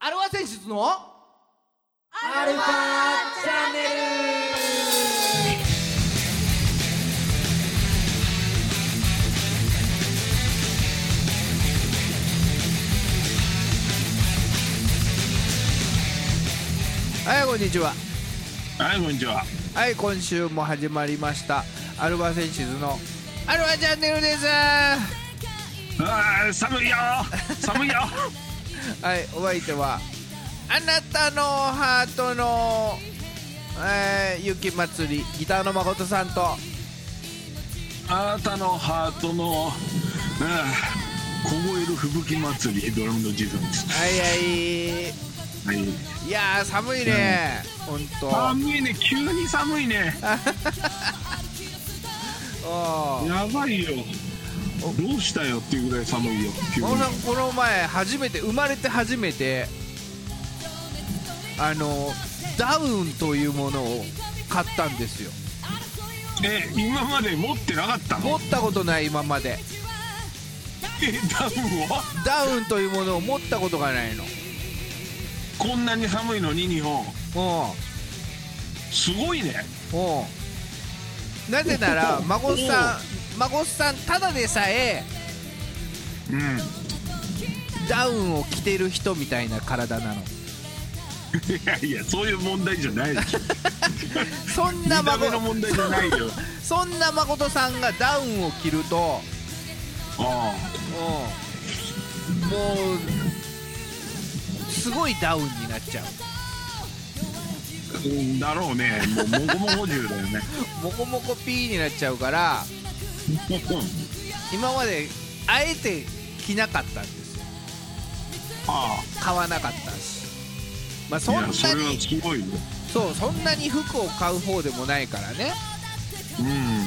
アルファ選出のアルファチャンネルはいこんにちははい、こんにちは。はい今週も始まりましたアルファ選出のアルファチャンネルですあー寒いよー。寒い よ。はいお相手はあなたのハートの、えー、雪祭りギターの誠さんとあなたのハートの。うん凍える吹雪祭り、ドラムのじいさんです。はいはいはい。いやー寒いね本当。寒いね、急に寒いね。おーやばいよ。どうしたよっていうぐらい寒いよ。急にこのこの前初めて生まれて初めてあのダウンというものを買ったんですよえ、今まで持ってなかった持の。ったことない今までえ、ダウンを。ダウンというものを持ったことがないのこんなに寒いのに、日本。うすごいね。んうんなぜなら おお孫さん孫さんただでさえ うん。ダウンを着てる人みたいな体なのいやいや、そういう問題じゃないで しょ。そん見なた孫目の問題じゃない よ。そんな誠さんがダウンを着るとあうんもうすごいダウンになっちゃうあ。うんだろうね。もう、もごもご中だよ ね。モコモコピーになっちゃうから今まであえて着なかったんですよあ買わなかったしまああ、そいんなや、それはにすごいよ。そうそんなに服を買う方でもないからね、うん。うん、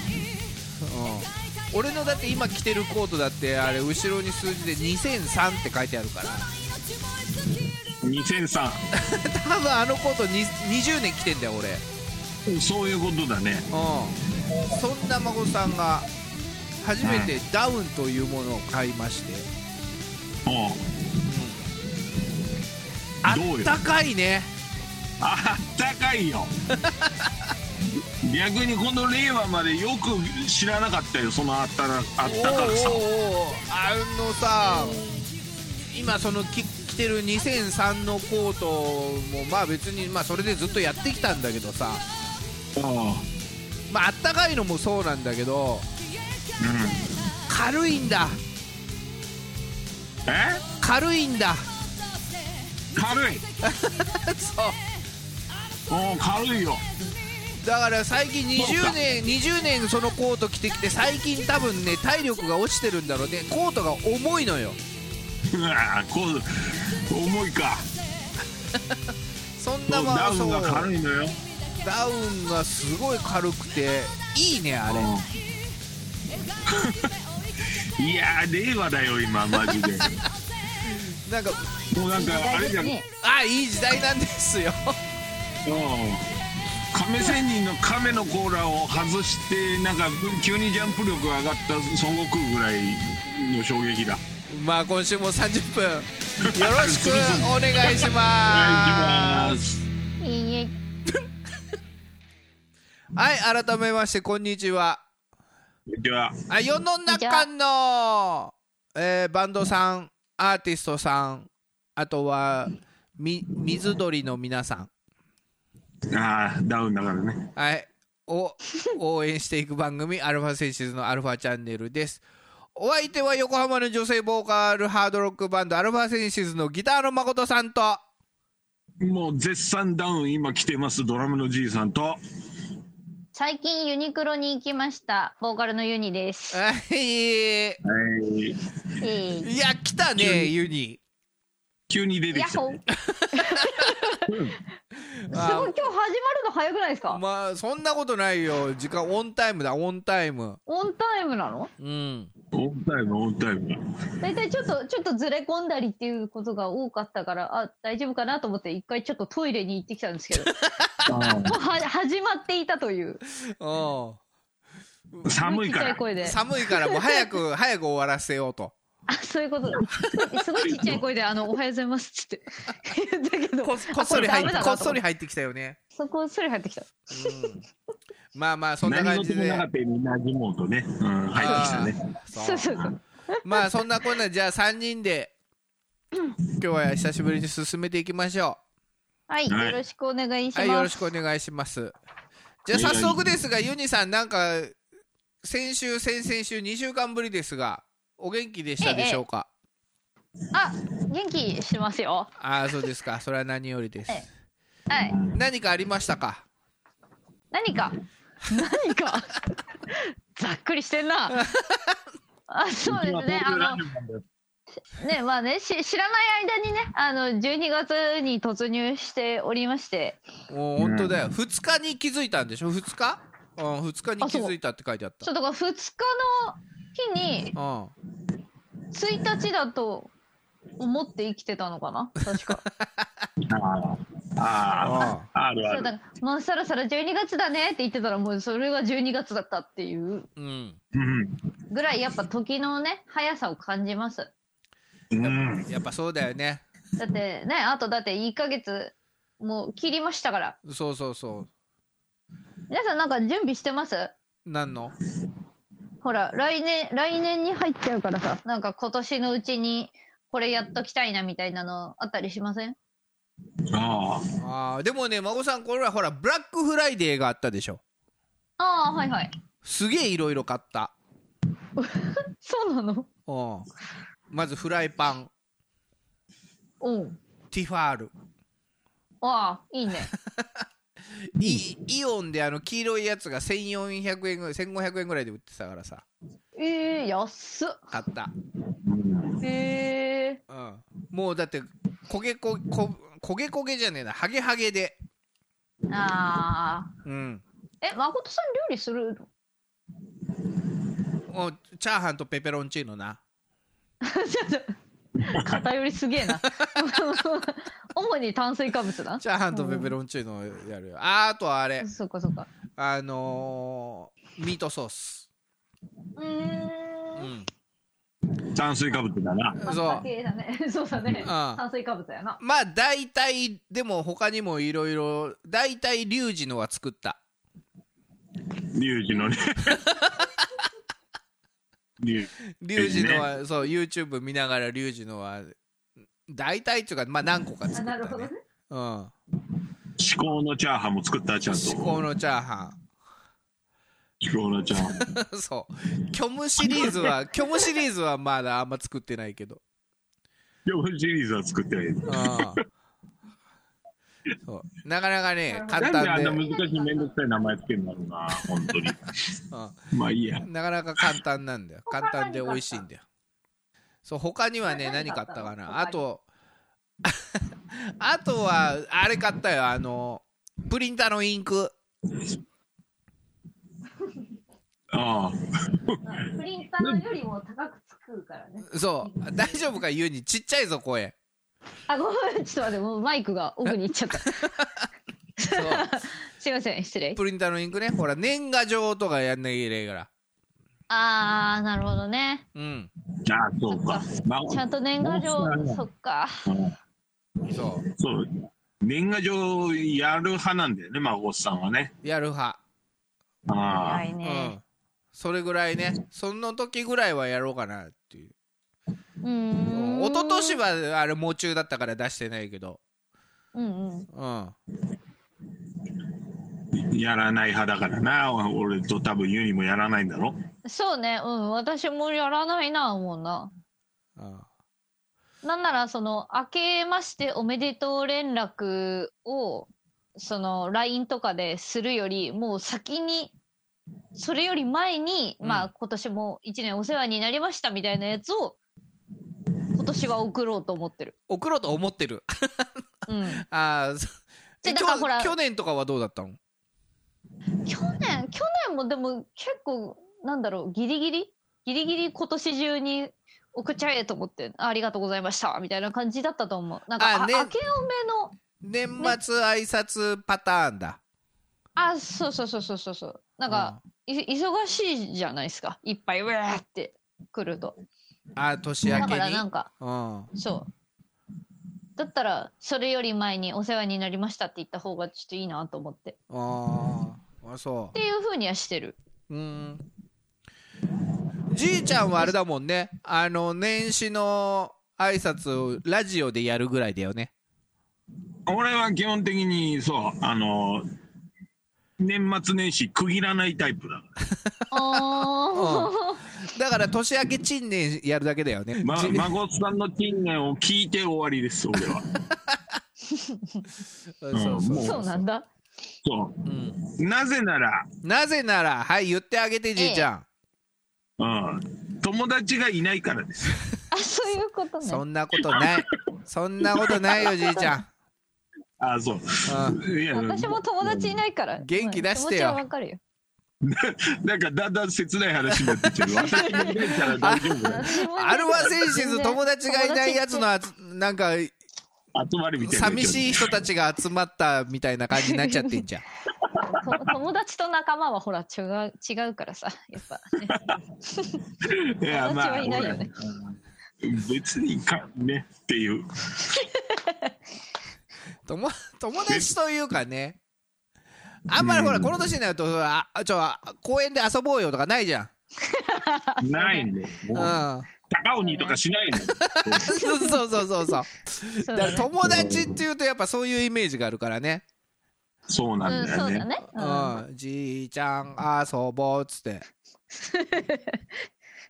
俺のだって今着てるコートだってあれ後ろに数字で2003って書いてあるから2003。多分あのコートに20年着てんだよ俺そういうことだね。うん、そんな孫さんが初めてダウンというものを買いまして、おうあどうっよたかいねあったかいよ。逆にこの令和までよく知らなかったよ、そのあったなあっおう。おうおたかさうあのさ今その着着てる2003のコートもまあ別に、まあ、それでずっとやってきたんだけどさ、あまああったかいのもそうなんだけどあうん。軽いんだえ軽いんだ 軽い。そうおう軽いよ。だから最近そうか20年20年そのコート着てきて最近多分ね体力が落ちてるんだろうねコートが重いのようわこう、重いか。そんそなうまダあウそうンが軽いのよ。ダウンがすごい軽くていいねあれうん いやー令和だよ今マ ジでなんかもうなんかあれじゃん、うん、あいい時代なんですよ 亀仙人の亀の甲羅を外してなんか急にジャンプ力が上がった孫悟空ぐらいの衝撃だまあ今週も30分よろしくお願いしお願まいしますすはい改めましてこんにちはではあ世の中の、えーバンドさんアーティストさんあとはみ水鳥の皆さん、あーダウンだからねはい、を応援していく番組「アルファセンシズのアルファチャンネル」ですお相手は横浜の女性ボーカルハードロックバンドアルファセンシズのギターの誠さんとはもう絶賛ダウン今来てますドラムのじいさんと最近ユニクロに行きましたボーカルのユニです、いはいえーいや来た急ねにユニ急に出てヤきッたホ ねーすごい今日始まるの早くないですあかまあそんなことないよ時間オンタイムだオンタイムオンタイムなのうんオンタイムオンタイム大体ちょっとちょっとずれ込んだりっていうことが多かったからあ大丈夫かなと思って一回ちょっとトイレに行ってきたんですけどもあうは始まっていたというんうー寒いかちっちゃらい声で 寒いからもう早く早く終わらせようとあ、そういうことだ。すごいちっちゃい声で、あの、おはようございますって言って。だけど、ここっそり入ってあここれダメだなっそり入ってきたよね、そこすり入ってきうた。ん、まあまあそんな感何事じもでなかったように馴染もうとね、うん、入ってきたね。そうそうそう。まあそんなこんなじゃあ3人で今日は久しぶりに進めていきましょはい、はいよろしくお願いしうまはいす。よろしくお願いしますじゃあ早速ですがユニさんなんか先週先々週2週間ぶりですがお元気でしたでしょうか、あ、元気してますよ。ああそうですかそれは何よりですえはい。何かありましたか何か。何か。 ざっくりしてん な。あ、そうですね。あの、ね、まあね、し知らない間にね、あの、12月に突入しておりまして、もう本当だよ2日に気づいたんでしょ2日、うん、2日に気づいたって書いてあっちょたっとこれ2日の日に、うん1日だと思って生きてたのかな確か。ああああ、あるあそうる。だから、もうそろそろ12月だねって言ってたら、もうそれが12月だったっていううんうんぐらい、やっぱ時のね、速さを感じます。うん、やっぱそうだよねだってね、あとだって1ヶ月、もう切りましたから。そうそうそ皆さんなんか準備してますうなんのほら、来年、来年に入っちゃうからさ、なんか今年のうちに、これやっときたいなみたいなのあったりしませんああーでもね孫さんこれはほらブラックフライデーがあったでしょああ、はいはい。すげえいろいろ買ったそうなのうんまずフライパンうん。ティファールああ、いい ね。イイオンであの黄色いやつが1400円ぐらい1500円ぐらいで売ってたからさええー、安っ。買った、ええうん、もうだって焦げここ焦げ焦げじゃねえなハゲハゲでー。ああ。うんえ、誠さん料理するのおチャーハンとペペロンチーノなちょっと偏りすげえな。 主に炭水化物な。チャーハンとペペロンチーノをやるよあーあとはあれそっかそっか。あのー、ミートソースううーん。んあ、炭水化物だな。パスそうタ系だね。そうだね。ん炭水化物やな。まあ大体でも他にもいろいろ大体リュウジのは作ったリュウジのね。リュウリュウジのは、そう YouTube 見ながらリュウジのは大体っていうかまあ何個か作あったなねるほどね。うん至高のチャーハンも作った、ちゃんと。至高のチャーハ至高のチャーハン。ン そう虚無シリーズは虚無シリーズはまだあんま作ってないけど両方シリーズは作ってない。うんそうなかなかねな簡なんであ単んでな難しいめんどくさい名前つけるんだろうな、本当に。まあいいやう。ん、なかなか簡単なんだよ簡単で美味しいんだよそう他にはね他何何買っ買ったたかのなあと あとはあれ買ったよあのプリンターのインクあプリンターよりも高くつくからね。そう大丈夫か言うにちっちゃいぞ声あ、ごめん。ちょっと待って、もうマイクが奥に行っ ちゃった。そうすいません、失礼。プリンターのインクねほら年賀状とかやんなきゃいけないからあー、なるほどね。うんあ、ああそうか。まあちゃんと年賀状、そっか。そそう。年賀状やる派なんだよね、孫さんはね。うやる派あ早あ。いうね。んそれぐらいねその時ぐらいはやろうかなっていううーん。一昨年はあれ喪中だったから出してないけどうんうん。うんやらない派だからな。俺と多分ユニもやらないんだろ。そうね、うん、私もやらないな、もうな。うんなんなら、その、明けましておめでとう連絡を、その、LINE とかでするより、もう先に、それより前に、うんまあ、今年も一年お世話になりましたみたいなやつを、今年は送ろうと思ってる。送ろうと思ってるうん。 ああそでえだから去ほら去年とかはどうだったの去年、去年もでも結構、なんだろう、ギリギリギリギリ今年中に送っちゃえと思って、あありがとうございました、みたいな感じだったと思う。なんか、ああね明けおめの、年末挨拶パターンだあ、そうそうそうそうそうそう。なんか、い忙しいじゃないですか。いっぱい、うわーって来ると。あ年明だけからになんかうんそうだったらそれより前にお世話になりましたって言った方がちょっといいなと思ってっあーあそていうふうにはし てるううんじいちゃんはあれだもんねあの年始の挨拶をラジオでやるぐらいだよね俺は基本的にそうあの年末年始区切らないタイプだかあだから年明け陳年やるだけだよね、 ら、まじ、孫さんの近年を聞いて終わりです俺はそうそうそうもーうそうなんだそうんうなぜなら、なぜならはい言ってあげてじいちゃん、うん、友達がいないからですあそういうことねそんなことないそんなことないよじいちゃんあそううんいや私も友達いないから元気出してよ気持ちはわかるよなんかだんだん切ない話になってきてる私もいないから大丈夫だよ私もいないアルファセンシズ友達がいないやつのあつなんか集まりみたいな寂しい人たちが集まったみたいな感じになっちゃってんじゃんと友達と仲間はほら違う違うからさやっぱ、ね、いや友達はいないよねまあうん別にかねって いう友友達というかねあんまりほらこの年になるとあちょあ公園で遊ぼうよとかないじゃないんでん、う、もうん 高鬼とかしないのそうそうそうそうそうそだうかだらね友達っていうとやっぱそういうイメージがあるからねそううなんんだそようねだね、ううんん、じいちゃん遊ぼうっつって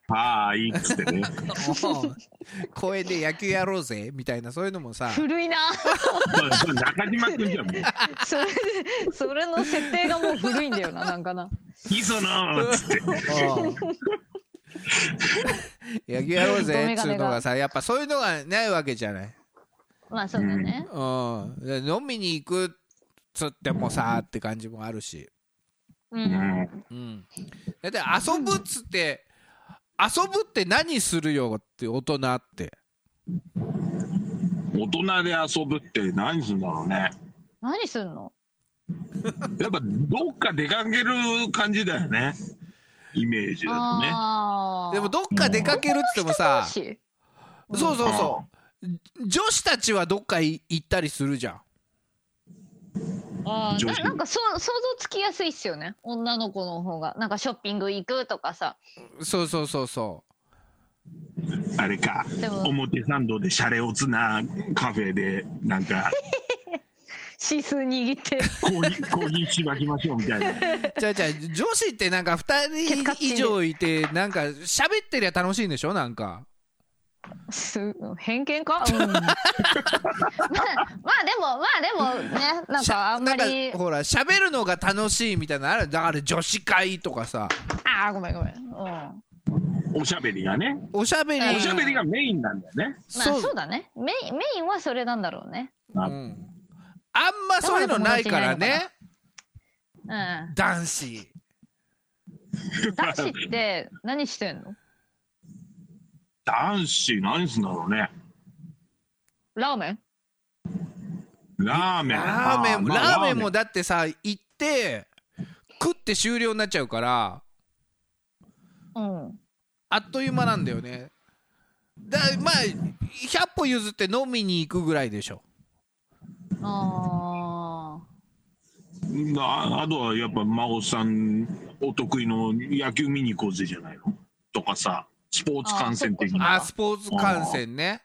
はーいっつってねうん 公園で野球やろうぜみたいなそういうのもさ古いなそうそう中島君じゃんもうそれ それの設定がもう古いんだよななんかな磯野っつってうん 野球やろうぜっつうのがさやっぱそういうのがないわけじゃない、まあそうだね、うん、で飲みに行くっつってもさって感じもあるし、うんうんうん、だって遊ぶっつって遊ぶって何するよって大人って大人で遊ぶって何するんだろうね何すんのやっぱどっか出かける感じだよねイメージだとねああでもどっか出かけるっつってもさ人同士そうそうそう女子たちはどっかい行ったりするじゃんあー上な手なんかそう想像つきやすいっすよね女の子の方がなんかショッピング行くとかさそうそうそうそあれかでも表参道でシャレオツなカフェでなんかシス握って コーヒーコーヒーしばきましょうみたいなうじゃあじゃあ女子ってなんか2人以上いてなんか喋ってりゃ楽しいんでしょなんかす偏見か、うん、まあ まあでもまあでもねなんしゃかあんまりなんかほら喋るのが楽しいみたいなのあるだから女子会とかさあーごめんごめん、うん、まおしゃべりがねおしゃべり、うんおしゃべりがメインなんだよねあそうだねメインメインはそれなんだろうねうん、あんまそういうのないからだねうん男男子子って何してんの男子何すんだろうねラーメンラーメンラーメあンもまラあーメンもだってさ行って食って終了になっちゃうからうんあっという間なんだよねだまあ100歩譲って飲みに行くぐらいでしょあああとはやっぱ真帆さんお得意の野球見に行こうぜじゃないのとかさスポーツ観戦的あなスポーツ観戦ね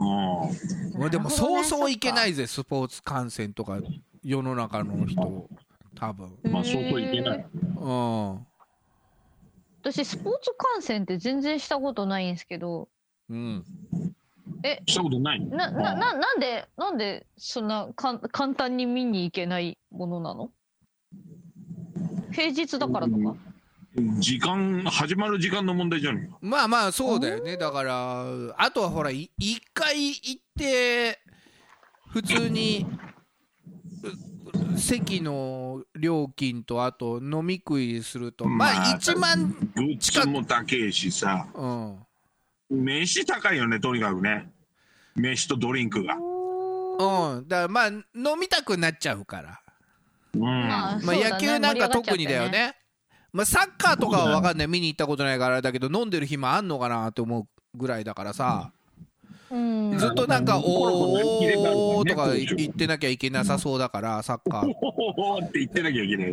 うんーもうでもなるほどそねうそういけなそっいぜスポーツ観戦とか世の中の人多分かまあ相当いけなへーいうん私スポーツ観戦って全然したことないんですけどうんしたことないのななななんでなんでそんなかん簡単に見に行けないものなの平日だからとか時間始まる時間の問題じゃねえかまあまあそうだよねだからあとはほらい一回行って普通にうう席の料金とあと飲み食いするとまあまあ1万グッズも高えしさうん飯高いよねとにかくね飯とドリンクがうんだからまあ飲みたくなっちゃうからうん、まあまあそうだね野球なんか特にだよ盛り上がっちゃねまあサッカーとかは分かんない見に行ったことないからあれだけど飲んでる暇あんのかなって思うぐらいだからさ、うんずっとなんか「お入れ替わるからー」ねとか言ってなきゃいけなさそうだからサッカーほほほって言ってなきゃいけない。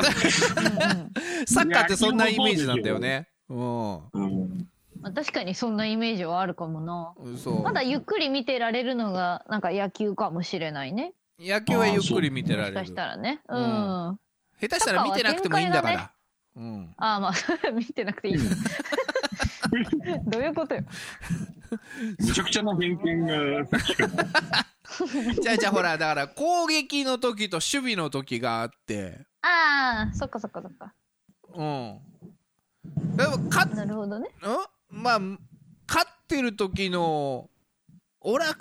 サッカーってそんなイメージなんだよねうんうん、まあ確かにそんなイメージはあるかもな。そうまだゆっくり見てられるのがなんか野球かもしれないね。野球はゆっくり見てられもしるかしたらね。うん。うんあ下手したら見てなくてもいいんだから、サッうんあーまあ それは見てなくていい。 どういうことよ。めちゃくちゃな偏見がさっきからじゃあじゃあほらだから攻撃の時と守備の時があってああそっかそっかそっか。うんでも勝なるほどね。うんまあ勝ってる時の俺は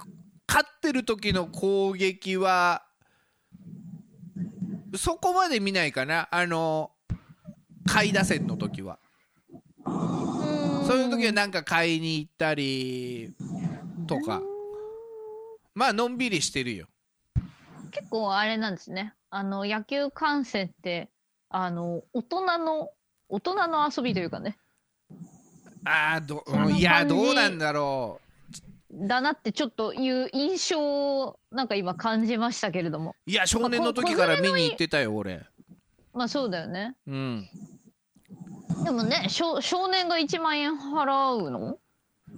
勝ってる時の攻撃はそこまで見ないかなあの下位打線の時はそういう時はなんか買いに行ったりとかまあのんびりしてるよ結構あれなんですね。あの野球観戦ってあの大人の大人の遊びというかね。あーど、んなうん、いや感じどうなんだろだなってちょっという印象をなんか今感じましたけれどもういや少年の時から見に行ってたよ俺まあそうだよねうんでもね少少年が1万円払うの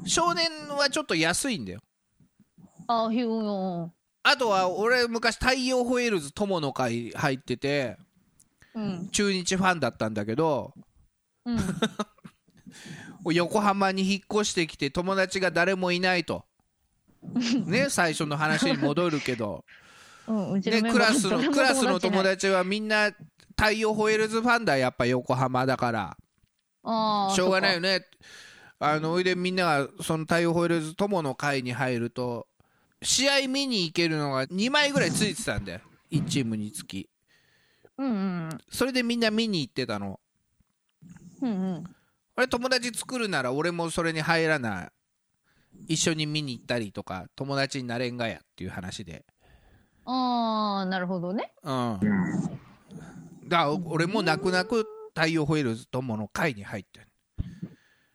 少年はちょっと安いんだよあひゅーあとは俺昔太陽ホエールズ友の会入っててうん中日ファンだったんだけどうん横浜に引っ越してきて友達が誰もいないと ね最初の話に戻るけどうん うち のね、メンクバーラスの誰もクラスの友いない達はみんな太陽ホエールズファンだやっぱ横浜だからあーしょうがないよねあのおいでみんながその太陽ホエールズ友の会に入ると試合見に行けるのが2枚ぐらいついてたんだよ1チームにつきそっかうんそれでみんな見に行ってたのうんうんうん俺友達作るなら俺もそれに入らない一緒に見に行ったりとか友達になれんがやっていう話でああなるほど ねうんだから俺も泣く泣く太陽ホイールズ友の会に入って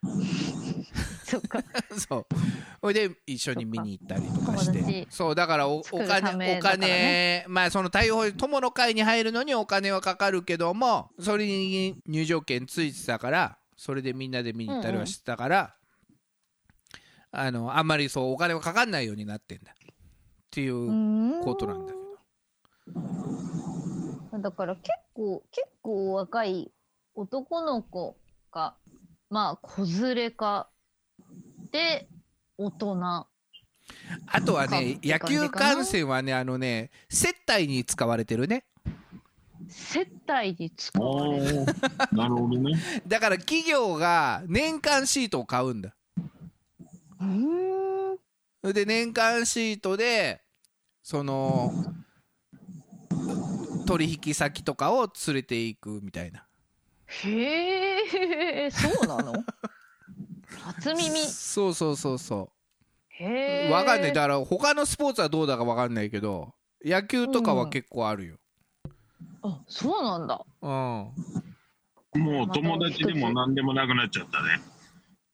るそっか そうほいで一緒に見に行ったりとかし友達てそうだからおお作るた金めおだから金ねまあその太陽ホイールズ友の会に入るのにお金はかかるけどもそれに入場券ついてたからそれでみんなで見に行ったりはしてたから、あのあんまりそうお金はかかんないようになってんだっていううーんことなんだけど、だから結構結構若い男の子かまあ子連れかで大人あとはねそ野っかって感じか球な観戦はねあのね接待に使われてるね接待に使あわれるーなるほどね。だから企業が年間シートを買うんだうーんで年間シートでその取引先とかを連れていくみたいなへえそうな の初耳そうそうそうそへうえわかんないだから他のスポーツはどうだかわかんないけど野球とかは結構あるよあそうなんだうん、もう友達でも何でもなくなっちゃったね。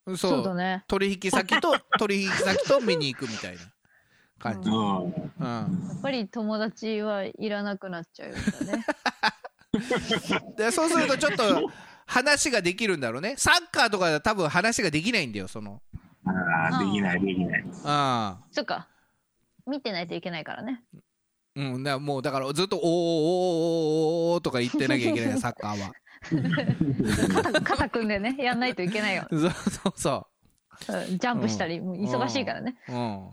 そそううだね取引先と 取引先と見に行くみたいな感じ、うん。うんやっぱり友達はいらなくなっちゃうんだ ねでそうするとちょっと話ができるんだろうねサッカーとかでは多分話ができないんだよそのああ、できない、できない。あそっか見てないといけないからねあうんだもうだからずっと「おーおーおーおーおーとか言ってなきゃいけないサッカーは肩肩組んでねやんないといけ ないよ そうそうそうんジャンプしたり、もう忙しいからねううんう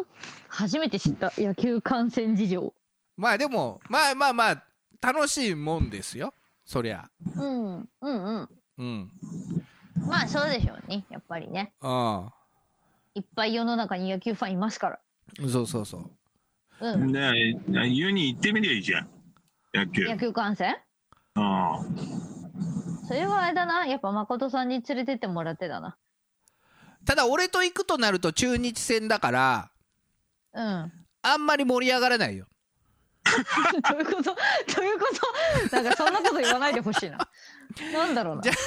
ーん初めて知った野球観戦事情まあでもまあまあまあ楽しいもんですよそりゃうんうんうんうんまあそうでしょうねやっぱりねあいっぱい世の中に野球ファンいますからあそうそうそううんねえ、湯に行ってみりゃいいじゃん。野球。野球観戦ああ。それはあれだなやっぱ誠さんに連れてってもらってだなただ俺と行くとなると中日戦だから うんあんまり盛り上がらないよどういうことどういうことなんかそんなこと言わないでほしいな。なんだろうな。じゃ知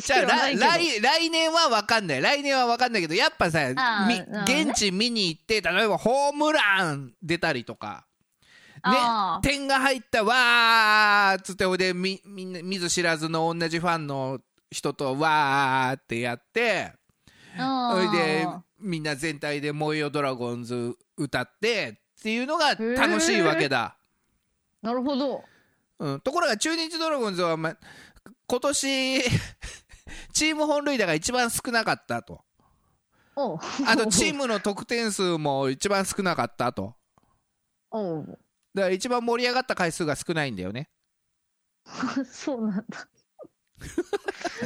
識じゃあはならいけど来来年は分かんない来年は分かんないけどやっぱさーみなるほどね現地見に行って例えばホームラン出たりとか、ねあ、ー点が入ったわーっつってほいでみみんな見ず知らずの同じファンの人とわーってやってそあれーでみんな全体で「燃えよドラゴンズ」歌ってっていうのが楽しいわけだ。なるほど。うん、ところが中日ドラゴンズは、ま、今年 チーム本塁打が一番少なかったとおうあ とチームの得点数も一番少なかったとおうだから一番盛り上がった回数が少ないんだよねそうなんだ。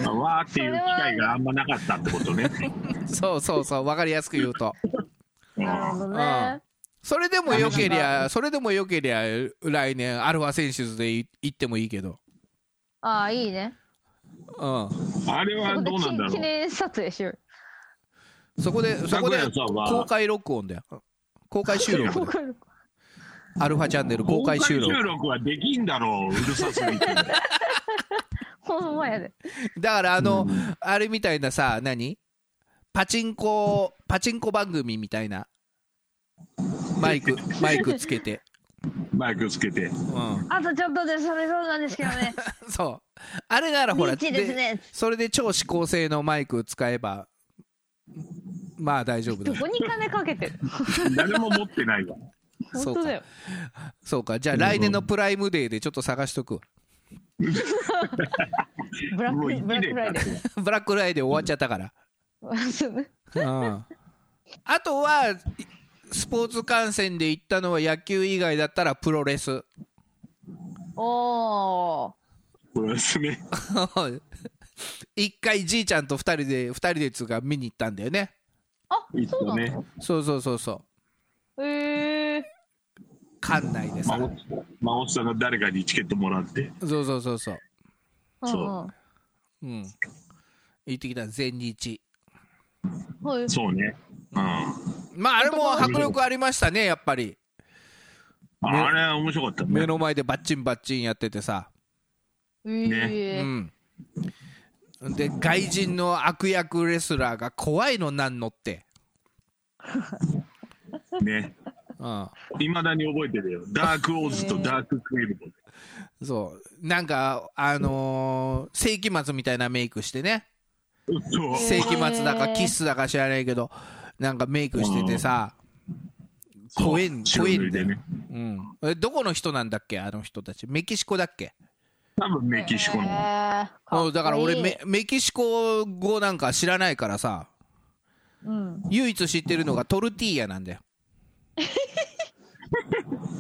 まあわーっていう機会があんまなかったってことね。そうそうそう分かりやすく言うとなるほどうんね。それでもよけりゃそれでもよけりゃ来年アルファ選手でい行ってもいいけどああ、いいね。うんあれはそこでどうなんだろ記う。念撮影しよう。そこでそこで桜井さんは公開録音だよ公開収録だ公よ開録アルファチャンネル公開収録公開収録はできんだろう、うるさすぎて。ほんまやで。だからあの、うんあれみたいなさ何パチンコパチンコ番組みたいなマイ クマイクつけて、マイクつけて。うあとちょっとでそれそうなんですけどね。ん、そうあれならほらビーチですね。それで超指向性のマイク使えばまあ大丈夫どだこに金かけてる。誰も持ってないわ。そ本うか当だよ。そうかじゃあ来年のプライムデーでちょっと探しとくわ ブラッもうク一ブラックフライ年デー。ブラックフライデー終わっちゃったから そうねうんあとはいスポーツ観戦で行ったのは野球以外だったらプロレス おお。これですね。一回じいちゃんと二人で二人でつうか見に行ったんだよねあいい、っすそうなよの。ねへそうそうそうそうえ館内でさ孫孫さんが誰かにチケットもらって。そうそうそうそうー。そうんうん行ってきた全日うん。はい。そうね。うん。あまああれも迫力ありましたねやっぱりあれは面白かった目ね。の前でバッチンバッチンやっててさえうえー。んで外人の悪役レスラーが怖いのなんのってね。うんいまだに覚えてるよ。ダークオーズとダーククエルボ。そうなんかあのー世紀末みたいなメイクしてねそう。世紀末だかへーキッスだか知らないけどなんかメイクしててさそう怖えん白怖え塗んりだでよ、ね。うん、えどこの人なんだっけあの人たちメキシコだっけ多分メキシコの。えーうんだから俺いいメメキシコ語なんか知らないからさうん。唯一知ってるのがトルティーヤなん だよ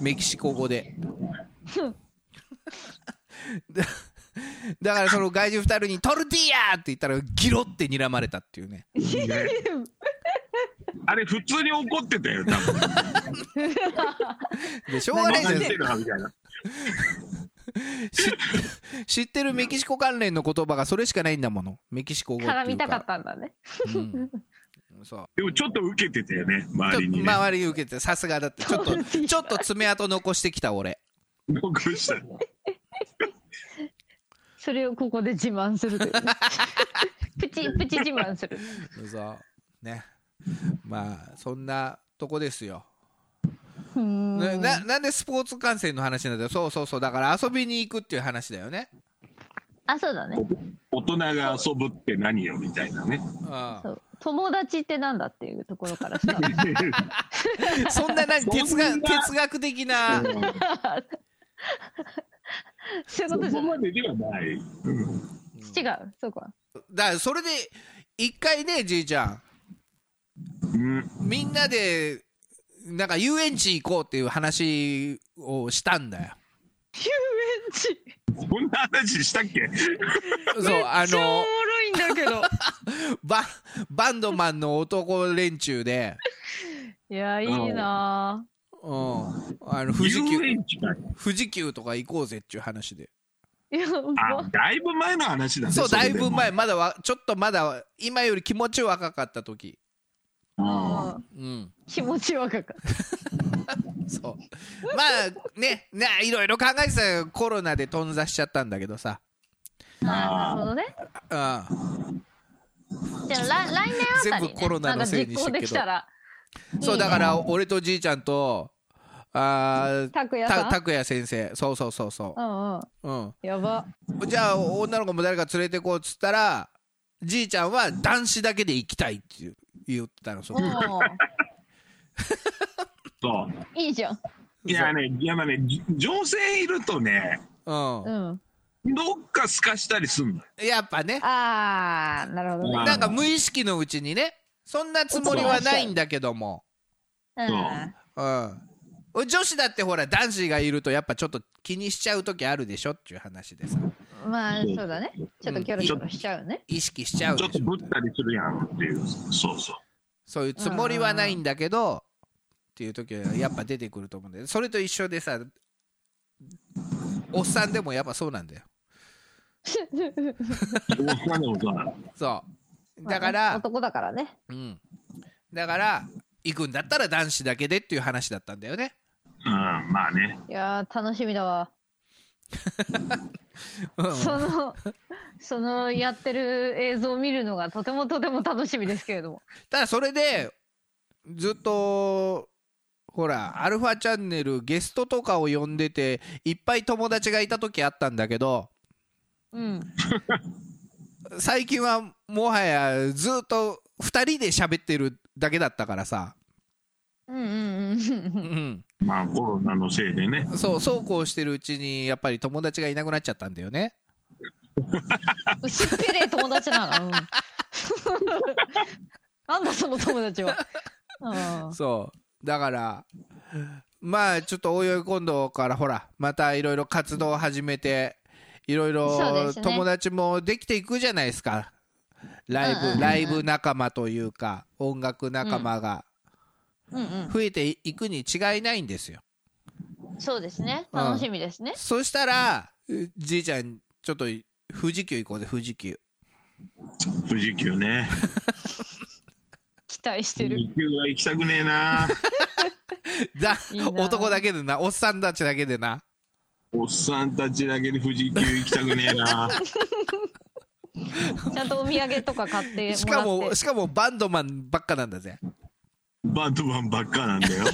メキシコ語でだ だからその外人2人に「トルティーヤ!」って言ったらギロって睨まれたっていうねねあれ普通に怒ってたよ。多分。でしょうがないじゃんてるはずだな。知ってるメキシコ関連の言葉がそれしかないんだものメキシコ語っていうか 絡みたかったんだね。うんそうでもちょっと受けてたよね。周りにね。周りに受けてさすがだってちょっとちょっと爪痕残してきた俺僕した。それをここで自慢す るというね。プチプチ自慢する。そうねまあそんなとこですようーんなななんでスポーツ観戦の話なんだよそうそうそうだから遊びに行くっていう話だよねあ、そうだね。大人が遊ぶって何よみたい なね。うんそう友達ってなんだっていうところか らさそんな何哲そん学な哲学的なそういうそことじゃなこいまでではない。うん違うそうかだからそれで一回ねじいちゃんうん。みんなでなんか遊園地行こうっていう話をしたんだよ。遊園地こんな話したっけ？そうあ超おものろいんだけど ババンドマンの男連中で、いやいいなうん、あの富士遊急園地かよ富士急とか行こうぜっていう話で。ぁいやあ、だいぶ前の話だね。そうれだいでもぶ前。まだわちょっとまだ今より気持ち若かった時。うんばうん、気持ち若かったそう まあねねいろいろ考えてたよコロナで頓挫しちゃったんだけどさああ、なるほどね。あじゃあ、来来年あたり、ね、全部コロナのせいにしてなんか実行るけどできたら。。そうだからら俺とじいちゃんとあー拓也さたん。拓也先生そうそうそうそうんううん。うんやば。じゃあ女の子も誰か連れてこうっつったらじいちゃんは男子だけで行きたいっていう言ってたのそおこーそいいじゃん。う。いやね、いやまあね、じ女性いるとね、ううん。どっか透かしたりすんのよ。んやっぱねああ、なるほどね。なんか無意識のうちにねそんなつもりはないんだけどもうん。うん女子だってほら男子がいるとやっぱちょっと気にしちゃう時あるでしょっていう話でさまあ、そうだね。ちょっとキョロキョロしちゃうね。意識しちゃうちでょしっょとぶったりするやんっていう。そうそう。そういうつもりはないんだけどっていう時はやっぱ出てくると思うんだよそれと一緒でさおっさんでもやっぱそうなんだよ お金もそうなの。そうだかまあねら、男だからね。うん、だから行くんだったら男子だけでっていう話だったんだよねうん、まあね。いやー、楽しみだわ。うんその、そのやってる映像を見るのがとてもとても楽しみですけれども。ただそれでずっとほらアルファチャンネルゲストとかを呼んでていっぱい友達がいた時あったんだけどうん。最近はもはやずっと2人で喋ってるだけだったからさ、うんうんう。うん ん、まあコロナのせいでね。そうそうこうしてるうちにやっぱり友達がいなくなっちゃったんだよね薄っぺれえ友達なの。うん なんだその友達は。うんそうだからまあちょっとおいおい今度からほらまたいろいろ活動を始めていろいそうでろすね友達もできていくじゃないですかライブ、うんうんうんライブ仲間というか音楽仲間がうん増えていくに違いないんですようん。そうですね。うん楽しみですね。そしたらうじいちゃんちょっと富士急行こうぜ富士急富士急ね。期待して富る。士急は行きたくね えな。だいいな男だけでなおっさんたちだけでなおっさんたちだけで富士急行きたくねえな。ちゃんとお土産とか買ってもらって。しかもしかもバンドマンばっかなんだぜバンドマンばっかなんだよ。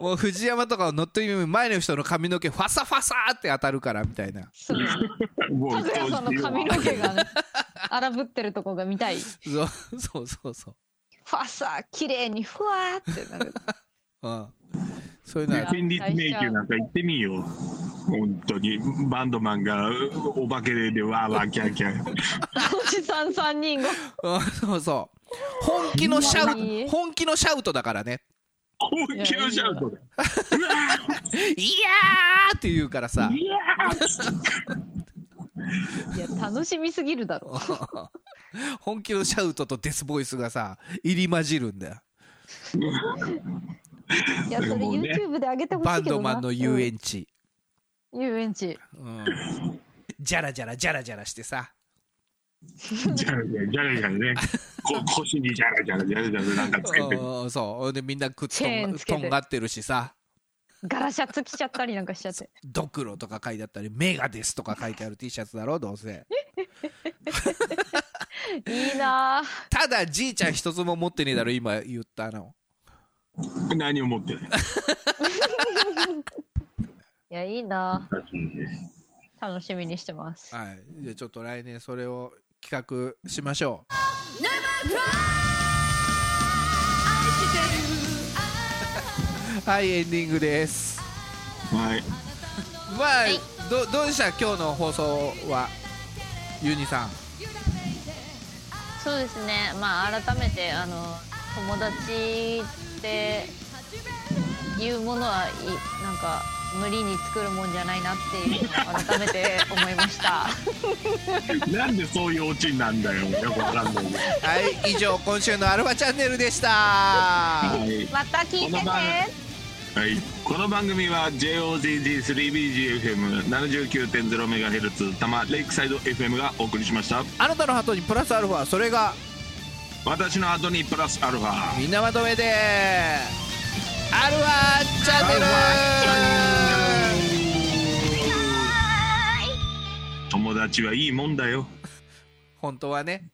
もう藤山とかを乗ってる前の人の髪の毛ファサファサーって当たるからみたいなそうですね。も拓哉さんの髪の毛がね、 荒ぶってるとこが見たい。フそうそうそうそァサ、綺麗にふわーってなる。う、うん、そういうのは先日迷宮なんか行ってみよう。本当にバンドマンがお化けでわーわーキャーキャー。 おじさん三人が。うんそうそう本気のシャウいトい本気のシャウトだからね本気 のシャウトだ。うわ「いやー!」って言うからさ ーいやーいや、楽しみすぎるだろ。本気のシャウトとデスボイスがさ入り混じるんだよいや、それ YouTube で上げてほしバいンけドどな。マンの遊園地、うん遊園地。うん、ジャラジャラジャラジャラしてさじゃらじゃらじゃらじゃらね。こ腰にじゃらじゃらじゃらじゃらなんかつけて。うんそうでみんなくっとチェんーンがつけとてんがってるしさガラシャツ着ちゃったりなんかしちゃって。ドクロとか書いてあったり、メガですとか書いてある T シャツだろ、どうせ。いいなただ、じいちゃん一つも持ってねえだろ、今言ったの。何を持ってない。ぁ。いや、いいな確かにねぁ。楽しみにしてます。はい。じゃあちょっと来年それを企画しましょう。はい、エンディングです。はい。まあい、どどうでした今日の放送は、ユニさん。そうですね。まあ、改めて、あの、友達っていうものはい、なんか、無理に作るもんじゃないなっていうのを改めて思いました。なんでそういうオチになんだよ。よくわかんないけど。はい、以上、今週のアルファチャンネルでした。はい。 また聞いてこのね番はい、この番組は JOZZ3BGFM79.0MHz 多摩レイクサイド FM がお送りしましたあなたのハートにプラスアルファ、それが私の後にプラスアルファみんなまとめてアルファチャンネル友達はいいもんだよ。本当はね